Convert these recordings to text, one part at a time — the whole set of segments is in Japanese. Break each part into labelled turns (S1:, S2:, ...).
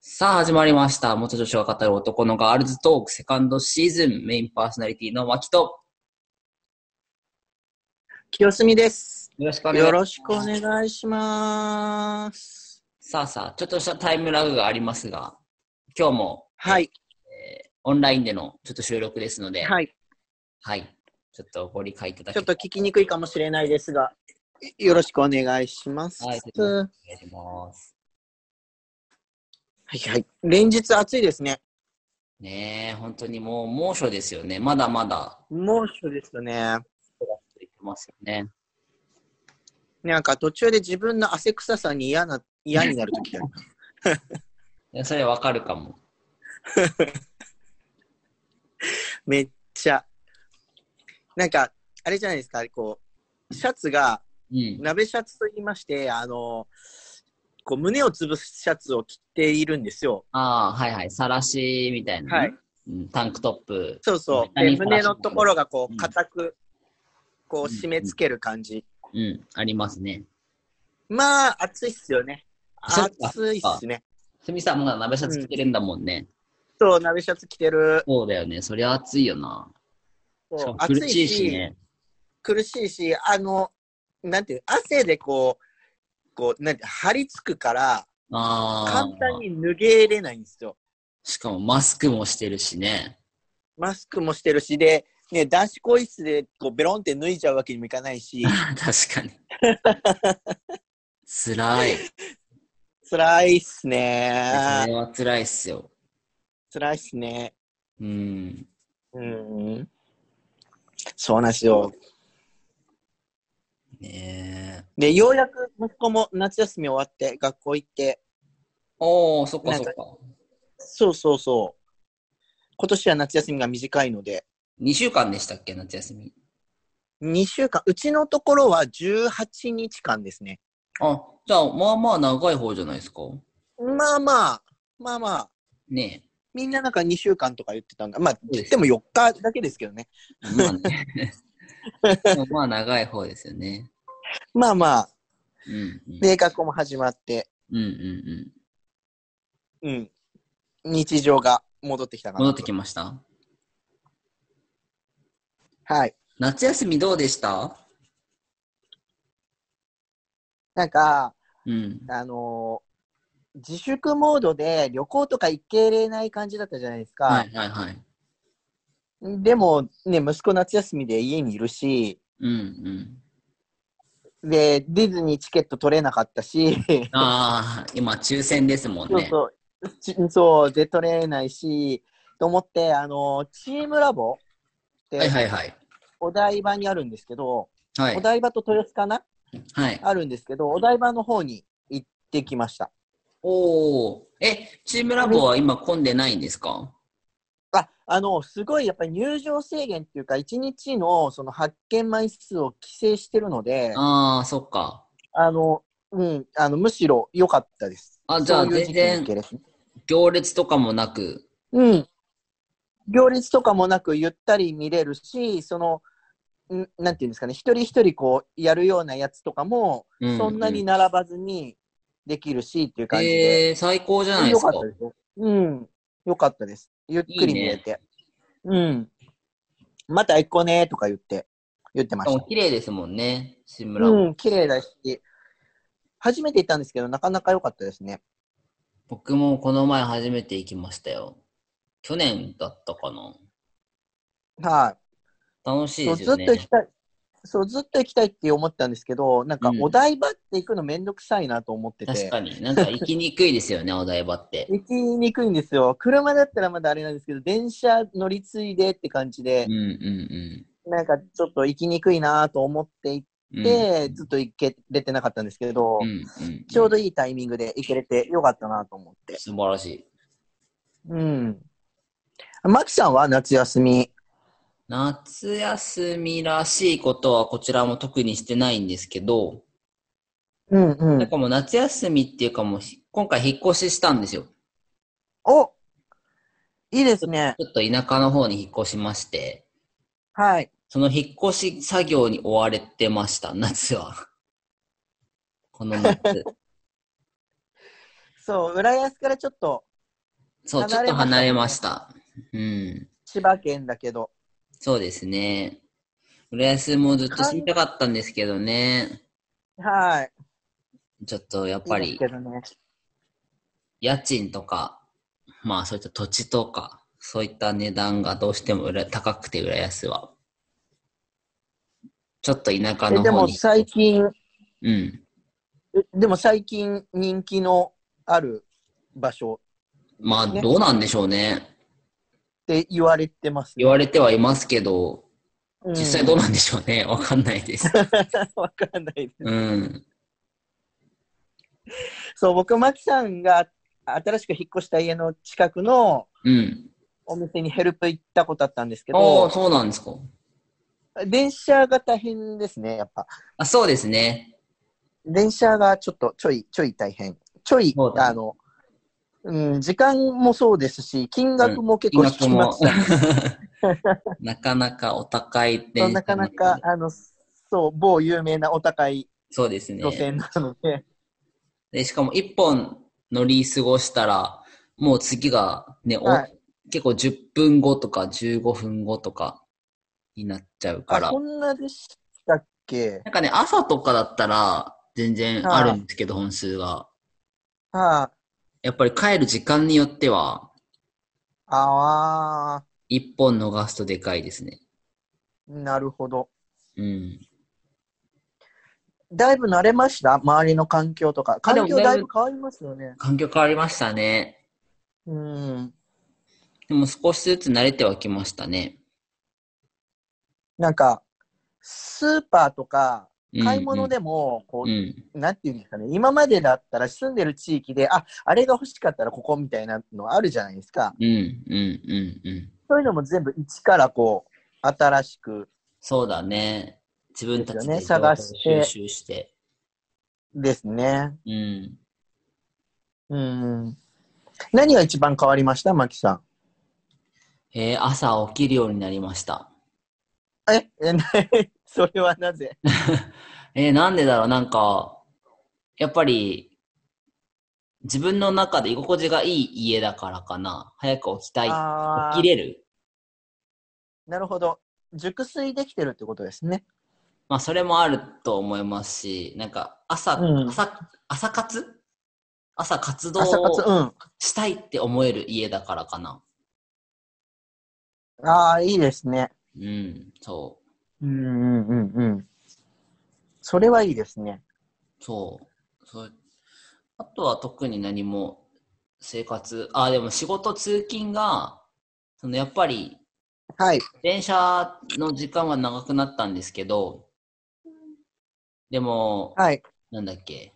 S1: さあ、始まりました。元女子が語る男のガールズトークセカンドシーズンメインパーソナリティの牧と。
S2: 清澄です。
S1: よろしくお願い
S2: よ
S1: しま
S2: ろしくお願いします。
S1: す。さあさあ、ちょっとしたタイムラグがありますが、今日も
S2: はい、
S1: オンラインでのちょっと収録ですので、はい。
S2: はい。
S1: ちょっとご理解いただ
S2: ち
S1: け
S2: ょっと聞きにくいかもしれないですが、よろしくお願いします。
S1: は
S2: はいい、
S1: お願いします。
S2: はい。連日暑いですね。
S1: ねえ、本当にもう猛暑ですよね。まだまだ
S2: 猛暑ですよね。
S1: 続いてますよね。
S2: なんか途中で自分の汗臭さに嫌な、嫌になる時あ る。
S1: いやそれわかるかも。
S2: めっちゃ。なんか、あれじゃないですか、こう、シャツが、
S1: うん。
S2: 鍋シャツと言いまして、あの、こう胸を潰すシャツを着ているんですよ。
S1: ああ、はいはい。さらしみたいなね、
S2: はい
S1: うん。タンクトップ。
S2: そうそう。
S1: 何
S2: で
S1: フラッシュ
S2: 胸のところがこ
S1: うん
S2: う、固く、こう、
S1: うん
S2: 締め付ける感じ。
S1: うん。ありますね。
S2: まあ、暑いっすよね。
S1: そっか
S2: 暑いっすね。
S1: すみさんもな鍋シャツ着てるんだもんね。
S2: そう、鍋シャツ着てる。
S1: そうだよね。そりゃ暑いよな。し
S2: そ
S1: か
S2: う
S1: も苦
S2: 暑い
S1: しい
S2: し
S1: しね。
S2: 苦しいし、あの、なんていう、汗でこう、こう、なんて、張り付くから、
S1: ああ。
S2: 簡単。に脱げれないんですよ。
S1: しかもマスクもしてるしね。、
S2: マスクもしてるし、で、ね、男子更衣室で、こう、ベロンって脱いじゃうわけにもいかないし
S1: 確かに。辛い。
S2: 辛いっす
S1: そ
S2: ね
S1: れ。は辛いっすよ。
S2: 辛いっすね。
S1: うん。
S2: うん。そうなんですよ。
S1: ねえ。
S2: で、ようやく息子も夏休み終わって学校行って、
S1: おー、そっかそっか
S2: な。そうそうそう。今年は夏休みが短いので、
S1: 2週間でしたっけ、夏休み。
S2: 2週間、うちのところは18日間ですね。
S1: あ、じゃあ、まあまあ長い方じゃないですか。
S2: まあまあ、まあまあ、
S1: ね
S2: みんななんか2週間とか言ってたんだ。まあ、
S1: です
S2: でも4日だけですけどね。
S1: え。まあね。 でもまあ長い方ですよね。
S2: まあまあ、
S1: うん、うん。
S2: で、学校も始まって、
S1: うんうんうん。
S2: うん。日常が戻ってきたか
S1: 戻
S2: な
S1: っ。てきました
S2: はい。
S1: 夏休みどうでした
S2: なんか、
S1: うん。
S2: あのー自粛モードで旅行とか行けれない感じだったじゃないですか。
S1: はいはいはい。
S2: でもね、息子夏休みで家にいるし、
S1: うんうん。
S2: で、ディズニーチケット取れなかったし、
S1: ああ、今抽選ですもん
S2: そう
S1: ね。
S2: そう、ちそう、で取れないし、と思って、あの、チームラボって、
S1: はいはいはい。
S2: お台場にあるんですけど、
S1: は
S2: お
S1: い。
S2: 台場と豊洲かな
S1: はい、
S2: あるんですけど、お台場の方に行ってきました。
S1: おお。え、チームラボは今混んでないんですか
S2: あ、あの、すごいやっぱり入場制限っていうか、1日のその発券枚数を規制してるので、あ
S1: ああ、そっか。
S2: の、うん、あの、むしろ良かったです。
S1: あじゃあ
S2: そういう時期に行けるし
S1: 行列とかもなく。
S2: うん。行列とかもなくゆったり見れるし、その、んなんていうんですかね、一人一人こう、やるようなやつとかも、
S1: う
S2: そんなに並ばずにできるしっていう感じで。
S1: えー、最高じゃないで
S2: よ
S1: す
S2: か
S1: か
S2: っ。たですよ。うん。よかったです。ゆっくり見れて。うん。また行こうねとか言って、言ってま
S1: しか
S2: し
S1: も
S2: た。
S1: 綺麗ですもんね、チームラボ。
S2: うん、綺麗だし。初めて行ったんですけど、なかなか良かったですね。
S1: 僕もこの前初めて行きましたよ。去年だったかな。
S2: はい。
S1: 楽しい
S2: そう
S1: です
S2: ずっ
S1: よ
S2: と
S1: ね。
S2: 行きたい。そう、ずっと行きたいって思ったんですけど、なんか
S1: うん
S2: お台場って行くのめんどくさいなと思ってて。
S1: 確かに。なんか行きにくいですよ ね、お台場って。
S2: 行きにくいんですよ。車だったらまだあれなんですけど、電車乗り継いでって感じで
S1: うん、うん
S2: なんかちょっと行きにくいなと思ってい
S1: うん。
S2: て、
S1: うん
S2: ずっと行けれてなかったんですけど、
S1: うんうん、
S2: ちょうどいいタイミングで行けれてよかったなと思って。
S1: 素晴らしい。
S2: うん。マキさんは夏休み。
S1: 夏休みらしいことはこちらも特にしてないんですけど、
S2: うんう
S1: なん
S2: ん。
S1: かもう夏休みっていうかもうひ今回引っ越ししたんですよ。
S2: おいいですね。
S1: ちょっと田舎の方に引っ越しまして、
S2: はい。
S1: その引っ越し作業に追われてました、夏は。この夏。
S2: そう、浦安からちょっと
S1: そう、ちょっと離れました。うん。
S2: 千葉県だけど。
S1: そうですね。浦安もずっと住みたかったんですけどね。
S2: はい。やっ
S1: ちょっとやっぱり
S2: け、どね。
S1: 家賃とか、まあそういった土地とか、そういった値段がどうしてもうら高くて、浦安は。ちょっと田舎
S2: え
S1: の
S2: で
S1: 方
S2: も
S1: に。
S2: 最近、
S1: うん。
S2: えでも最近人気のある場所
S1: まあ
S2: ね
S1: どうなんでしょうね。
S2: って言われてます、
S1: 言われてはいますけど、
S2: うん
S1: 実際どうなんでしょうね。わかんないです。
S2: わかん ないで
S1: うん。
S2: す。そう、僕、マキさんが新しく引っ越した家の近くの
S1: うん。
S2: お店にヘルプ行ったことあったんですけ
S1: ああ、
S2: ど、
S1: そうなんですか。
S2: 電車が大変ですね、やっぱ。
S1: あ、そうですね。
S2: 電車がちょっと、ちょい、ちょい大変。ちょい
S1: そう、だね
S2: あの、うん、時間もそうですし、金額も結構
S1: 金
S2: 引
S1: 額
S2: きま
S1: も
S2: すた。。
S1: なかなかお高い
S2: そう
S1: 電車
S2: なかなか、あの、そう、某有名なお高い
S1: そうですね。
S2: 路線なので、
S1: で、しかも一本乗り過ごしたら、もう次がね、お
S2: は
S1: 結構10分後とか15分後とかになっちゃうか
S2: あ、
S1: ら
S2: こ。んなでしたっけ
S1: なんかね、朝とかだったら全然あるんですけど、本数が。
S2: あ
S1: やっぱり帰る時間によっては、
S2: あ、ああ、
S1: 一本逃すとでかいですね。
S2: なるほど。
S1: うん。
S2: だいぶ慣れました周りの環境とか。
S1: あで
S2: 環
S1: も
S2: 境だい
S1: だい
S2: ぶ
S1: ぶ
S2: 変わりますよね。
S1: 環境変わりましたね。
S2: うん。
S1: でも少しずつ慣れてはきましたね。
S2: なんか、スーパーとか、
S1: うん
S2: 買い物、でも、こ
S1: う
S2: う、
S1: ん。
S2: なんていうんですかね、今までだったら住んでる地域で、あ、あれが欲しかったらここみたいなのあるじゃないですか。
S1: うん、うん、うん、うん。
S2: そういうのも全部一からこう、新しく
S1: そうだね。自分たち
S2: で
S1: です
S2: よね探し
S1: 収
S2: て
S1: 集して。
S2: ですね。
S1: うん。
S2: うん。何が一番変わりましたマキさ
S1: えー朝起きるようになりました。
S2: ん。え、え、な それはなぜ
S1: えーなんでだろうなんか、やっぱり、自分の中で居心地がいい家だからかな。早く起きたい。
S2: あ
S1: 起き
S2: ー
S1: れる。
S2: なるほど。熟睡できてるってことですね。
S1: まあ、それもあると思いますし、なんか、朝、
S2: うん
S1: 朝、朝活朝活動
S2: 朝活、う
S1: を
S2: ん。
S1: したいって思える家だからかな。
S2: ああ、いいですね。
S1: うん、そう。
S2: うんうんうんうん。それはいいですね。
S1: そう。そう。あとは特に何も生活、あ、でも仕事通勤が、そのやっぱり
S2: はい。
S1: 電車の時間は長くなったんですけど、でも、
S2: はい。
S1: なんだっけ、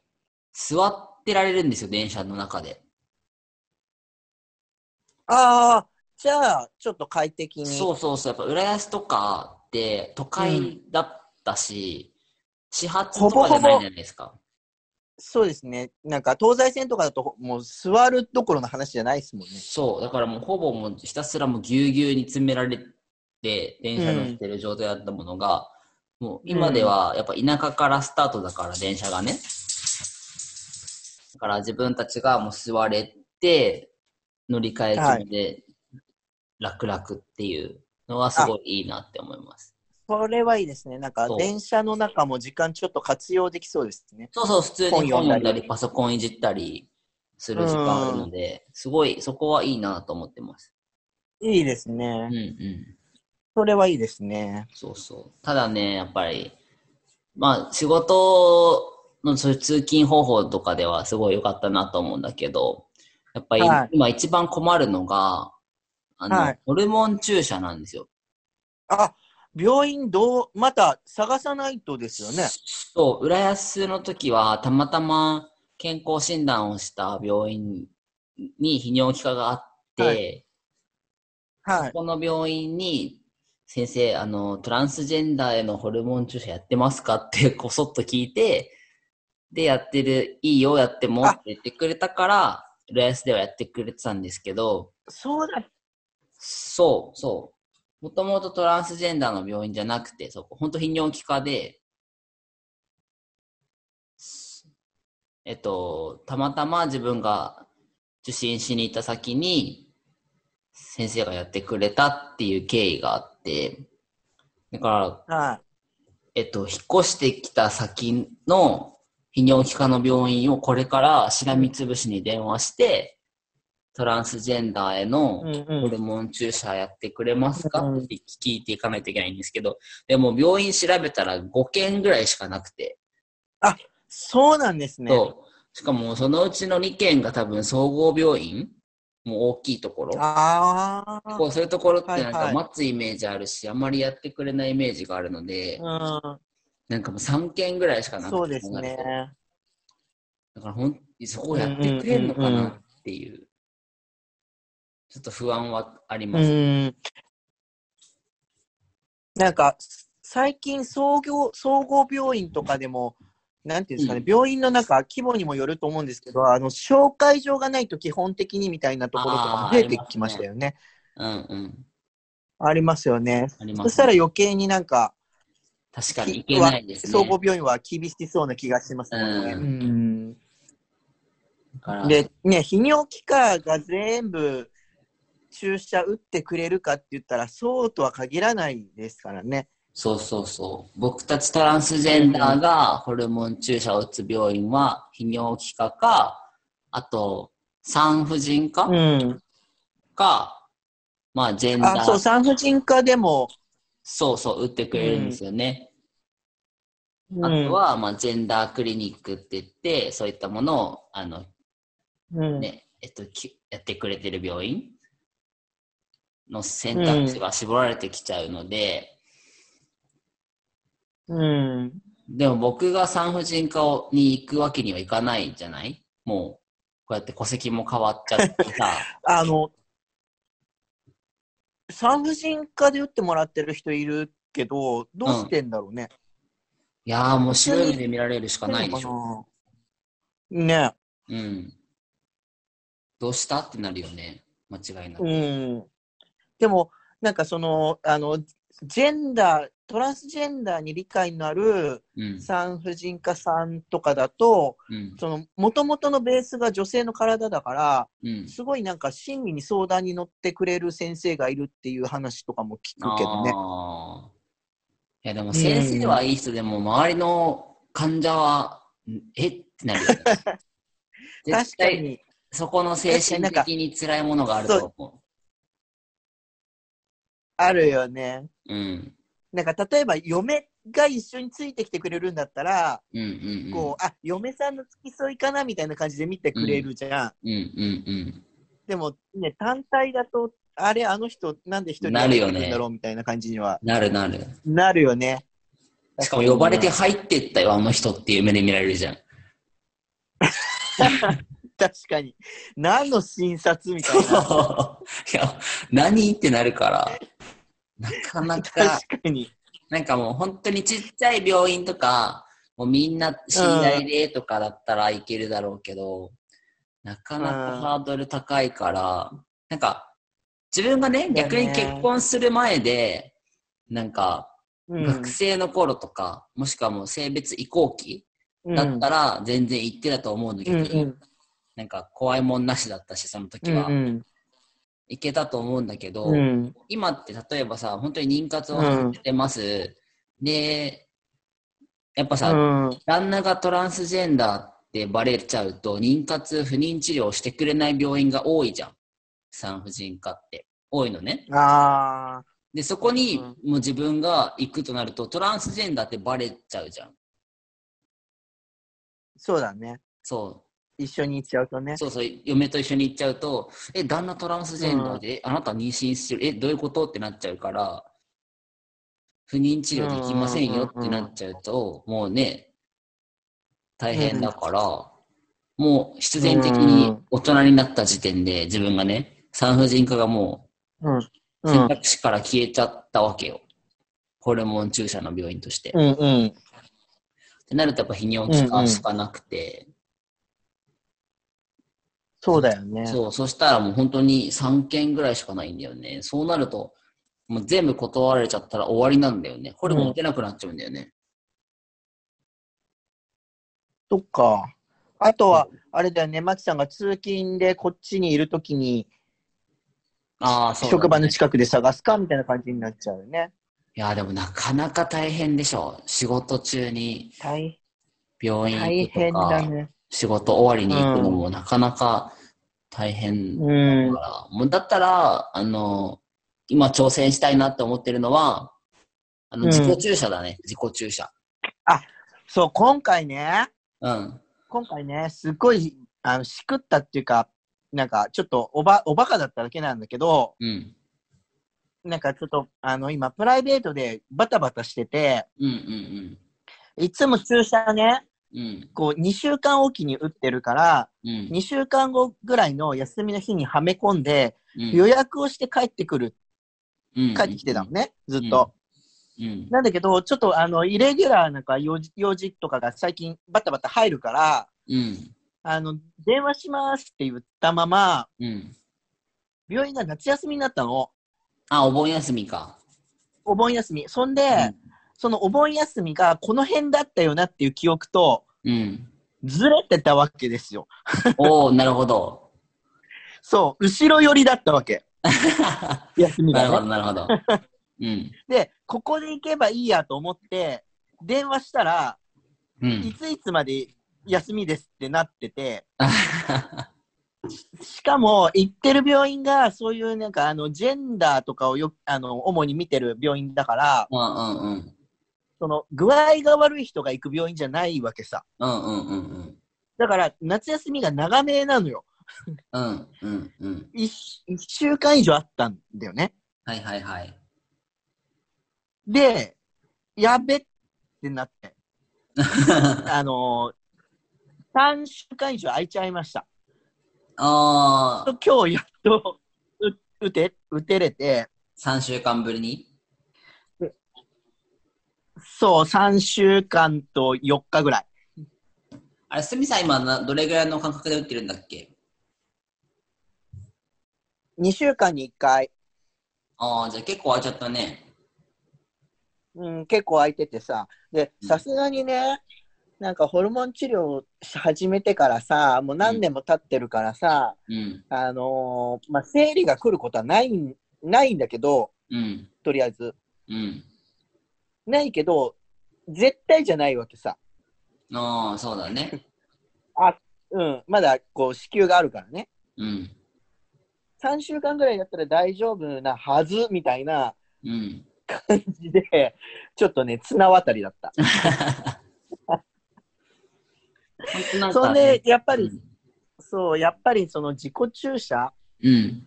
S1: 座ってられるんですよ、電車の中で。
S2: ああ、じゃあ、ちょっと快適に。
S1: そうそうそう、やっぱ浦安とかって都会だったし、始発とかじゃないじゃないですか。
S2: そうですね。なんか、東西線とかだと、もう座るどころの話じゃないですもんね。
S1: そう、だからもうほぼもうひたすらもうぎゅうぎゅうに詰められて、電車乗ってる状態だったものが、もう今ではやっぱ田舎からスタートだから、電車がね。だから自分たちがもう座れて、乗り換え済みで楽々っていうのはすごいいいなって思います。
S2: それはいいですね。なんか
S1: そ、う
S2: 電車の中も時間ちょっと活用できそうですね。
S1: そうそう、普通に
S2: 本
S1: 本
S2: 読んだ
S1: 読んだ
S2: り
S1: り、パソコンいじったりする時間あるので、すごい、そこはいいなと思ってます。
S2: いいです
S1: う
S2: ね
S1: ん。うん。
S2: それはいいですね。
S1: そうそう。ただね、やっぱり、まあ、仕事のそういう通勤方法とかではすごい良かったなと思うんだけど、やっぱり、
S2: はい
S1: 今一番困るのが、あの、
S2: はい
S1: ホルモン注射なんですよ。
S2: あ、病院どう、また探さないとですよね。
S1: そう、浦安の時は、たまたま健康診断をした病院に泌尿器科があって、
S2: ははい。
S1: ここの病院に、先生、あの、トランスジェンダーへのホルモン注射やってますかって、 こそっと聞いて、で、やってる、いいよ、やっても
S2: あ
S1: って言ってくれたから、浦安ではやってくれてたんですけど、
S2: そうだ。
S1: そう、そう。もともとトランスジェンダーの病院じゃなくて、そこ、本当泌尿器科で、えっと、たまたま自分が受診しに行った先に、先生がやってくれたっていう経緯があって、だから、
S2: は
S1: えっと、引っ越してきた先の泌尿器科の病院をこれからしらみつぶしに電話して、トランスジェンダーへ
S2: い。
S1: の
S2: うん
S1: ホ
S2: う
S1: ルモン注射やってくれますか
S2: うん
S1: って聞いていかないといけないんですけど、でも病院調べたら5件ぐらいしかなくて、
S2: そうなんですね。
S1: そう。しかもそのうちの2件が多分総合病院もう大きいところ。
S2: ああ。
S1: こうそういうところってなん
S2: はいは
S1: か
S2: い
S1: 待つイメージあるし、あんまりやってくれないイメージがあるので、
S2: う。
S1: なんかもう3件ぐらいしかなんくて
S2: そうです
S1: こうなると
S2: ね。
S1: だからほんそこをやってくれるのかなっていう、ちょっと不安はあり
S2: う
S1: ます。
S2: ん。なんか、最近、総合、総合病院とかでも、なんていうんですかね、
S1: うん
S2: 病院の中、規模にもよると思うんですけど、あの、紹介状がないと基本的にみたいなところとかも増えてきましたよね。
S1: うんうん。
S2: ありますよね。
S1: あります、
S2: そしたら余計になんか、
S1: 確かにいけないですね。
S2: 総合病院は厳しそうな気がしますもんね。
S1: う
S2: うん
S1: だから
S2: で、ね、泌尿器科が全部注射打ってくれるかって言ったら、そうとは限らないですからね。
S1: そうそうそう。僕たちトランスジェンダーがホルモン注射を打つ病院は、泌尿器科か、あと、産婦人科
S2: ん。
S1: か、まあ、ジェンダー
S2: あ、そう、産婦人科でも、
S1: そうそう、打ってくれるんですよね。
S2: うん
S1: あとは、まあ、ジェンダークリニックって言って、そういったものを、あの、
S2: うん
S1: ね、えっと、きやってくれてる病院の選択肢が絞られてきちゃうので、
S2: うん。
S1: でも僕が産婦人科に行くわけにはいかないじゃないもう、こうやって戸籍も変わっちゃってさ、
S2: あの、産婦人科で打ってもらってる人いるけど、どうしてんだろうね。
S1: いやーもう白い目で見られるしかないでしょ。
S2: ょ。ね。
S1: うん。どうしたってなるよね。間違いなく。
S2: うん。でも、なんかその、あの、ジェンダー、トランスジェンダーに理解のある
S1: うん。
S2: 産婦人科さんとかだと、
S1: うん。
S2: その、元々のベースが女性の体だから、
S1: うん。
S2: すごいなんか親身に相談に乗ってくれる先生がいるっていう話とかも聞くけどね。
S1: ああ。いやでも先生はいい人でも、周りの患者は、んえってなるよね。
S2: 確
S1: 絶
S2: か
S1: 対、
S2: に。
S1: そこの精神的に辛いものがあると思
S2: あるよね。
S1: う。うん。
S2: なんか例えば嫁が一緒についてきてくれるんだったら、
S1: うんうんうん。
S2: こう、あ、嫁さんの付き添いかなみたいな感じで見てくれるじゃん。
S1: うんうん
S2: でもね、単体だと、あれ、あの人、なんで一人
S1: なるよね
S2: で来んだろうみたいな感じには
S1: うん。なるなる。
S2: なるよね。
S1: しかも呼ばれて入ってったよ、あの人っていう目で見られるじゃん。
S2: 確かに。何の診察みた
S1: そう
S2: いな。
S1: いや、何ってなるから。なかな か、
S2: 確かに。
S1: なんかもう本当にちっちゃい病院とか、もうみんな知り合いでとかだったらいけるだろうけど、なかなかハードル高いから、なんか、自分がね、逆に結婚する前で、なんか、
S2: うん
S1: 学生の頃とか、もしくはもう性別移行期だったら全然行ってたと思うんだけ
S2: うん
S1: ど、
S2: うん
S1: なんか怖いもんなしだったし、その時
S2: う
S1: は。
S2: ん
S1: 行けたと思うんだけど、
S2: うん
S1: 今って例えばさ、本当に妊活を始めてます。で、やっぱさ、
S2: うん
S1: 旦那がトランスジェンダーってバレちゃうと、妊活不妊治療をしてくれない病院が多いじゃん。産婦人科って。多いのね。
S2: あ
S1: で、そこに
S2: うん
S1: もう自分が行くとなると、トランスジェンダーってバレちゃうじゃん。
S2: ーそうだね。
S1: そう。
S2: 一緒に行っちゃうとね。
S1: そうそう、嫁と一緒に行っちゃうと、え、旦那トランスジェンダーで、えあなた妊娠してる、え、どういうことってなっちゃうから、不妊治療できませんよってなっちゃうと、もうね、大変だから、もう必然的に大人になった時点で、自分がね、産婦人科がも
S2: うん。
S1: う
S2: うん
S1: 選択肢から消えちゃったわけよ。ホルモン注射の病院として。っ
S2: うんうん。
S1: てなるとやっぱ泌尿器科しかなくて、
S2: そうだよね。
S1: そう、そしたらもう本当に3件ぐらいしかないんだよね。そうなると、もう全部断られちゃったら終わりなんだよね。ホルモン打てなくなっちゃうんだよね。
S2: そっか。あとは、あれだよね、マキさんが通勤でこっちにいるときに、
S1: ああ、そう、
S2: 職場の
S1: い
S2: 近くで探すかみたいな感じになっちゃうよね。
S1: や、でもなかなか大変でしょ。仕事中に
S2: 大
S1: 病院
S2: 大
S1: 行くと
S2: 変
S1: か、
S2: だね。
S1: 仕事終わりに行くのもなかなか大変だか
S2: うん。
S1: ら、もうだったら、あの、今挑戦したいなって思ってるのは、あ
S2: う
S1: の、
S2: ん
S1: 自己注射だね。自己注射。
S2: そう、今回ね、
S1: うん。
S2: 今回ね、すごい、あの、しくったっていうか、なんか、ちょっと、おば、おバカだっただけなんだけど、
S1: うん。
S2: なんかちょっと、あの、今、プライベートでバタバタしてて、
S1: うんうん
S2: いつも注射ね、
S1: うん。うん。
S2: こう、2週間おきに打ってるから、
S1: うん。
S2: 2週間後ぐらいの休みの日にはめ込んで、
S1: うん
S2: 予約をして帰ってくる、
S1: うん
S2: 帰ってきてたのね、ずっと。
S1: うん。
S2: なんだけど、ちょっと、あの、イレギュラーなんか用事、用事とかが最近バタバタ入るから、
S1: うん。
S2: あの、電話しますって言ったまま、
S1: うん。
S2: 病院が夏休みになったの。
S1: あ、お盆休みか。
S2: お盆休み。そんで、
S1: うん
S2: そのお盆休みがこの辺だったよなっていう記憶と、
S1: うん。
S2: ずれてたわけですよ。
S1: おおなるほど。
S2: そう、後ろ寄りだった わけ。休み
S1: なるほ
S2: が、
S1: ど、
S2: ね。
S1: なるほど。うん。
S2: で、ここで行けばいいやと思って、電話したら、
S1: う
S2: い
S1: ん。
S2: ついつまで休みですってなってて、しかも行ってる病院が、そういうなんかあの、ジェンダーとかをよく、あの、主に見てる病院だから、
S1: うんうんうん。
S2: その、具合が悪い人が行く病院じゃないわけさ。
S1: うんうんうん
S2: だから、夏休みが長めなのよ。
S1: うん。うんうんうん。
S2: 一一週間以上あったんだよね。
S1: はいはいはい。
S2: で、やべってな って、あのー、3週間以上空いちゃいました。
S1: ああ、
S2: 今日やっと、う、打て、打てれて、
S1: 3週間ぶりに
S2: そう、3週間と4日ぐらい。
S1: あれ、すみさん今な、どれぐらいの感覚で打ってるんだっけ
S2: 2週間に1回、
S1: ああ、じゃあ結構空いちゃったね。
S2: うん、結構空いててさ、で、
S1: うん
S2: さすがにね、なんかホルモン治療をし始めてからさ、もう何年も経ってるからさ、
S1: うん。
S2: あのーまあ、生理が来ることはないん、ないんだけど、
S1: うん。
S2: とりあえず。
S1: うん。
S2: ないけど、絶対じゃないわけさ。
S1: ああ、そうだね。
S2: うん。まだ、こう、子宮があるからね。
S1: うん。
S2: 3週間ぐらいだったら大丈夫なはず、みたいな
S1: うん。
S2: 感じで、ちょっとね、綱渡りだった。
S1: ほんとなんかね
S2: そんで、、やっぱ
S1: う
S2: り、
S1: ん
S2: そう、やっぱりその自己注射
S1: うん。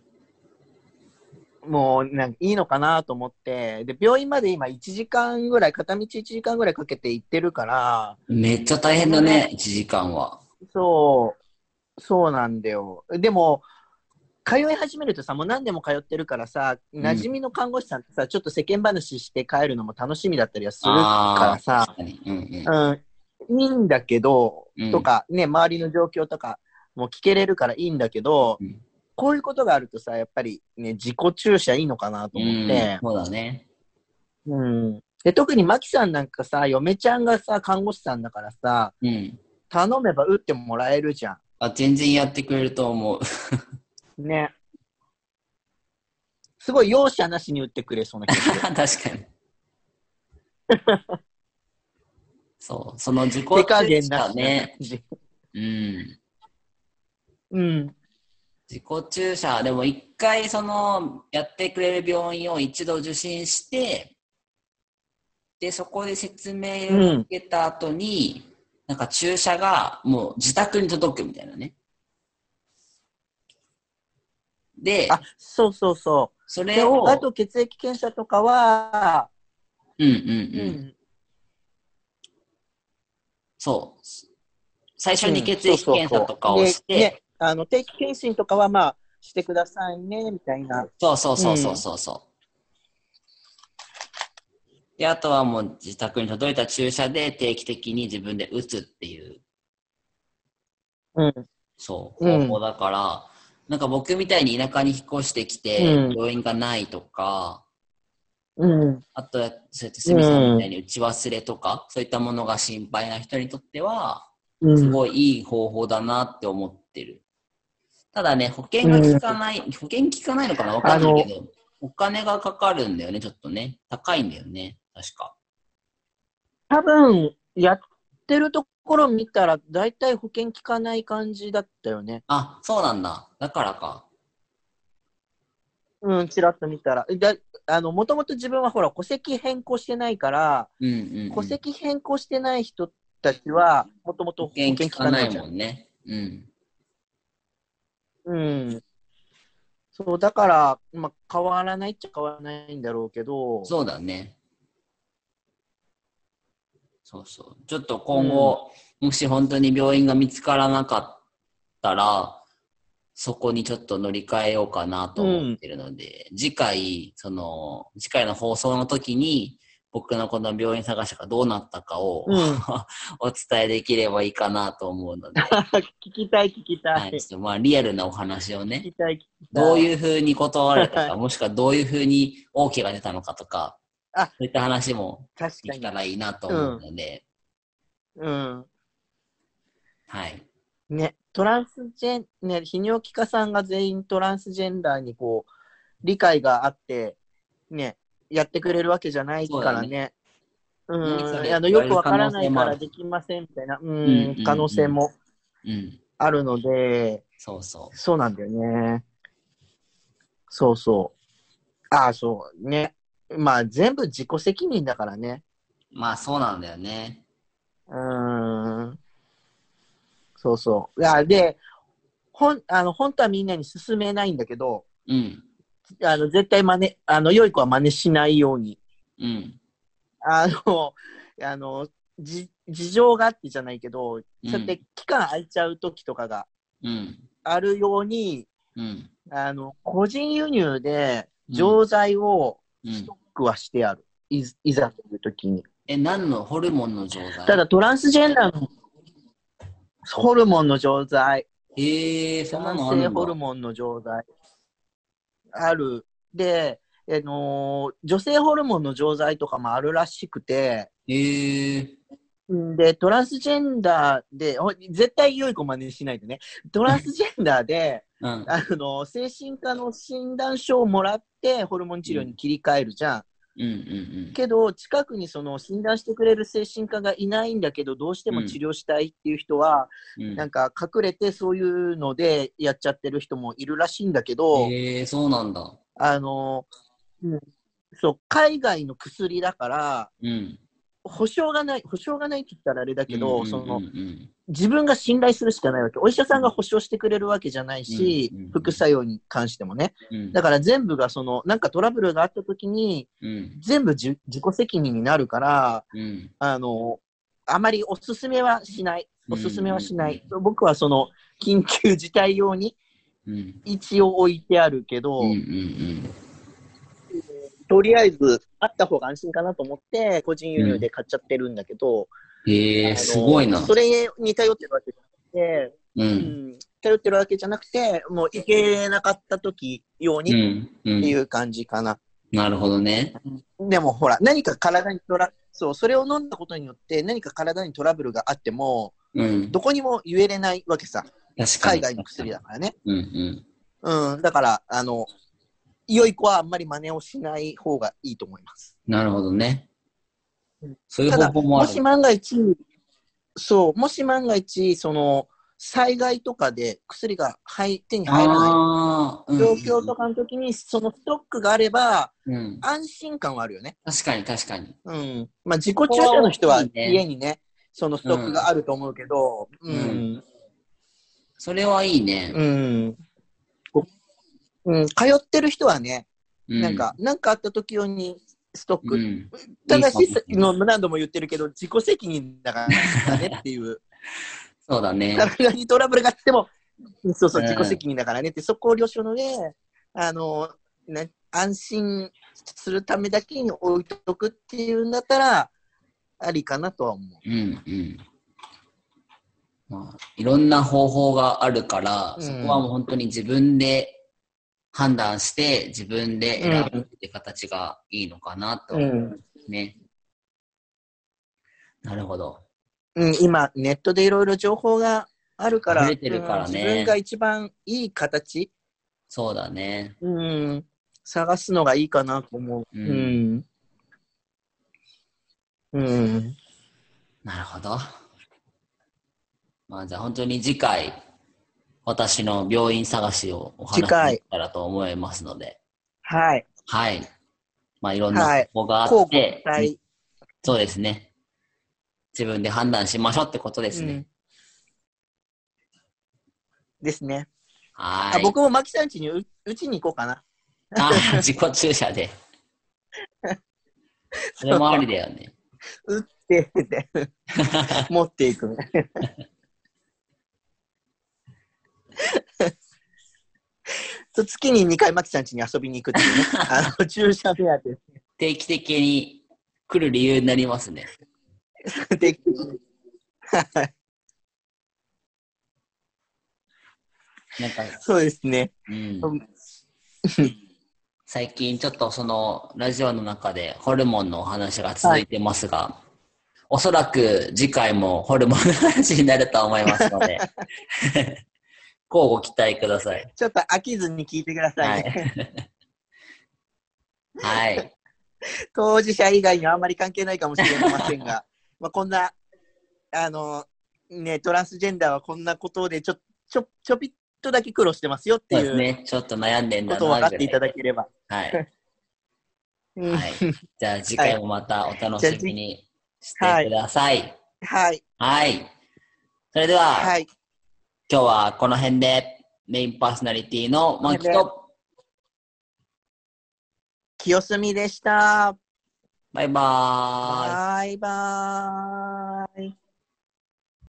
S2: もう、なんかいいのかなと思って、で、病院まで今1時間ぐらい、片道1時間ぐらいかけて行ってるから、
S1: めっちゃ大変だね、1時間は。
S2: そう、そうなんだよ。でも、通い始めるとさ、もう何年も通ってるからさ、
S1: ん
S2: 馴染みの看護師さんってさ、ちょっと世間話して帰るのも楽しみだったりはするから
S1: ああ、
S2: さ、
S1: 確かに。うんうん。
S2: うん、いいんだけど、
S1: うん
S2: とか、ね、周りの状況とかも聞けれるからいいんだけど、
S1: うん
S2: こういうことがあるとさ、やっぱりね、自己注射いいのかなと思っ
S1: うん
S2: て、、
S1: そうだね。
S2: うん。で特にマキさんなんかさ、嫁ちゃんがさ、看護師さんだからさ、
S1: うん。
S2: 頼めば打ってもらえるじゃん。
S1: あ、全然やってくれると思う。
S2: ね。すごい容赦なしに打ってくれそうな気がする。
S1: 確か に。そう、その自己
S2: 手加減な
S1: だ
S2: し
S1: ね。
S2: な感じ
S1: うん。
S2: うん。
S1: 自己注射、でも一回その、やってくれる病院を一度受診して、で、そこで説明を受けた後に、なんか注射がもう自宅に届くみたいなね。で、
S2: あ、そうそうそ。
S1: そう
S2: で、
S1: れを、
S2: あと血液検査とかは、
S1: うんうんう
S2: う
S1: ん。
S2: ん。
S1: そう。最初に血液検査とかをし
S2: うんそうそうそうで
S1: て
S2: ね、あの、定期検診とかはまあ、してくださいね、みたいな。
S1: そうそうそうそうそうそう。で、あとはもう自宅に届いた注射で定期的に自分で打つっていう、
S2: うん。
S1: そう、
S2: うん
S1: 方法だから、なんか僕みたいに田舎に引っ越してきて、
S2: うん
S1: 病院がないとか、
S2: うん。
S1: あとは、そうやってすみさんみたいに打ち忘れとか、そういったものが心配な人にとっては、
S2: う
S1: す
S2: ん。
S1: ごいいい方法だなって思ってる。ただね、保険が効かない、保険効かないのかなわかんないけど、お金がかかるんだよね、ちょっとね。高いんだよね、確か。
S2: 多分、やってるところ見たら、だいたい保険効かない感じだったよね。
S1: あ、そうなんだ。だからか。
S2: うん、ちらっと見たら。だあの、もともと自分はほら、戸籍変更してないから、
S1: うんうん、うん。
S2: 戸籍変更してない人たちは、もともと
S1: 保
S2: 保
S1: 険
S2: 険
S1: 効
S2: 効
S1: か
S2: か
S1: な
S2: ない
S1: い
S2: じゃ
S1: も
S2: ん。
S1: んね。うん。
S2: うん。そう、だから、まあ、変わらないっちゃ変わらないんだろうけど、
S1: そうだね。そうそう。ちょっと今後、もし本当に病院が見つからなかったら、そこにちょっと乗り換えようかなと思ってるので、次回、その、次回の放送の時に、僕のこの病院探しがどうなったかを、
S2: うん
S1: お伝えできればいいかなと思う ので、
S2: 聞きたい、聞きた。
S1: はいい、ちょっとまあリアルなお話を
S2: 聞
S1: ね、
S2: きたい、聞きたい。
S1: どういうふうに断られた
S2: は
S1: か、もしくはどういうふうに OK が出たのかとか、
S2: あ
S1: そういった話も
S2: 確
S1: で
S2: か
S1: き
S2: に
S1: た。らいいなと思うので、
S2: うん。
S1: はい。
S2: ね、トランスジェン、ね、泌尿器科さんが全員トランスジェンダーにこう、理解があって、ね、やってくれるわけじゃないからね。う
S1: ねそ
S2: ん、
S1: れ
S2: あの、よくわからないからできませんみたいな、
S1: 能性もある
S2: うん、可能性も
S1: うん。
S2: あるので、
S1: そうそ
S2: そうなんだよね。そうそう。ああ、そう。ね。まあ、全部自己責任だからね。
S1: う。まあそうなんだよね。
S2: うーん。そうそう。いや、で、ほん、あの、本当はみんなに勧めないんだけど、
S1: うん。
S2: あの、絶対真似、あの、良い子は真似しないように。
S1: うん。
S2: あの、あの、じ、事情があってじゃないけど、
S1: うん
S2: そうやって期間空いちゃう時とかが
S1: うん。
S2: あるように、
S1: うん。
S2: あの、個人輸入で錠剤を
S1: う
S2: ス
S1: ん
S2: トッ、クはしてある。いざいざという時に。
S1: え、何のホルモンの錠剤
S2: ただ、トランスジェンダーのホルモンの錠剤、
S1: へえー、そんな
S2: 男
S1: のあるん
S2: 性
S1: だ
S2: ホルモンの錠剤ある。で、あのー女性ホルモンの錠剤とかもあるらしくて、
S1: へえー。
S2: んで、トランスジェンダーで、ほ絶対良い子真似しないでね、トランスジェンダー で、
S1: うん。
S2: あのー精神科の診断書をもらって、ホルモン治療に切り替えるじゃん。
S1: うんうん
S2: けど、近くにその診断してくれる精神科がいないんだけど、どうしても治療したいっていう人は、
S1: うん。うん
S2: なんか隠れてそういうのでやっちゃってる人もいるらしいんだけど、
S1: へえー、そうなんだ。
S2: あの、うん、そう、海外の薬だから、
S1: うん。
S2: 保証がない、保証がないって言ったらあれだけど、
S1: うんうんうんうん
S2: その、自分が信頼するしかないわけ。お医者さんが保証してくれるわけじゃないし、
S1: うんうんうん
S2: 副作用に関してもね。
S1: うん。
S2: だから全部がその、なんかトラブルがあった時に、
S1: うん。
S2: 全部じ自己責任になるから、
S1: うん。
S2: あの、あまりおすすめはしない。おすすめはしな
S1: うん
S2: い。僕はその、緊急事態用に
S1: うん。
S2: 一応置いてあるけど、
S1: うんうんうん。
S2: とりあえず、あった方が安心かなと思って、個人輸入で買っちゃってるんだけど、
S1: へえ
S2: あ
S1: ー、
S2: の
S1: すごいな。
S2: それに頼ってるわけじゃなくて、
S1: う。
S2: うんん、頼ってるわけじゃなくて、もう行けなかった時用
S1: う
S2: にっ
S1: ん。う
S2: てい
S1: ん。
S2: う感じかな。
S1: なるほどね。
S2: でもほら、何か体にトラ、そう、それを飲んだことによって、何か体にトラブルがあっても、
S1: うん。
S2: どこにも言えれないわけさ。
S1: 確かに。
S2: 海外の薬だ。からね。
S1: うんうん。
S2: うん、だから、あの、良い子はあんまり真似をしない方がいいと思います。
S1: なるほどね
S2: うん。
S1: そういう
S2: ただ、
S1: 方法もあ
S2: も
S1: る。
S2: し万が一、そう、もし万が一、その、災害とかで薬が入手に入らな
S1: ああ、う
S2: い
S1: ん
S2: 状況とかの時に、そのストックがあれば、
S1: うん。
S2: 安心感はあるよね。
S1: 確かに確かに。
S2: うん。まあ、自己注射の人は
S1: ここは大きいね
S2: 家にね、そのストックがあると思うけど、う
S1: うん
S2: ん。
S1: それはいいね。
S2: うん。こうん、通ってる人はね、
S1: う
S2: なんか、なんかあった時用にストッ
S1: う
S2: ク。
S1: ん。
S2: ただ
S1: いい
S2: し
S1: かもし、れな
S2: の何度も言ってるけど、自己責任だからねっていう。
S1: そうだね。
S2: 体にトラブルがあっても、そうそう、
S1: うん
S2: 自己責任だからねって、そこを了承の上、あの、ね、安心するためだけに置いとくっていうんだったら、ありかなとは思う。
S1: うんうん。まあ、いろんな方法があるから、
S2: うん
S1: そこはもう本当に自分で判断して、自分で選ぶって形がいいのかなと、
S2: ん。
S1: ね。なるほど。
S2: うん、今、ネットでいろいろ情報があるから
S1: 溢れてるからね
S2: うん自分が一番いい形、
S1: そうだね。
S2: うん、探すのがいいかなと思う。
S1: う
S2: うん。うん。
S1: なるほど。まあじゃあ本当に次回、私の病院探しをお話し
S2: 次回
S1: できたらと思いますので、
S2: はい。
S1: はい。まあいろんな
S2: はい
S1: 方法があ
S2: 交
S1: って、
S2: 互期
S1: そうですね。自分で判断しましょうってことで
S2: 待。
S1: す
S2: う
S1: ね。
S2: んですね。
S1: は
S2: あ
S1: ーい。
S2: 僕もマキさん家にう打ちに行こうかな。
S1: あー自己注射 で。それもありだよね。
S2: 打っ て、で持っていくね。と月に2回マキさん家に遊びに行く っていうね。あの、注射目当て。
S1: 定期的に来る理由になりますね。
S2: できるはい
S1: なんか、
S2: そうですね。
S1: うん
S2: うん
S1: 最近ちょっとそのラジオの中でホルモンのお話が続いてますが、おそらく次回もホルモンの話になると思いますの で、 乞うご期待ください。
S2: ちょっと飽きずに聞いてくださいね。
S1: はい。
S2: 当事者以外にはあんまり関係ないかもしれませんが、 まあこんな、あの、ね、トランスジェンダーはこんなことでちょ、ちょ、ちょびっとだけ苦労してますよって
S1: そう
S2: い
S1: です
S2: う
S1: ね。ちょっと悩んでん
S2: こ
S1: だ
S2: とを分か
S1: な
S2: っていただければ。
S1: はい。
S2: うん
S1: はい。じゃあ次回もまたお楽しみにしてください。
S2: はい。
S1: はい。それでは、
S2: はい。
S1: 今日はこの辺でメインパーソナリティのマキ
S2: この辺
S1: と、
S2: 清澄でした。
S1: バイバーイ。
S2: バイバーイ。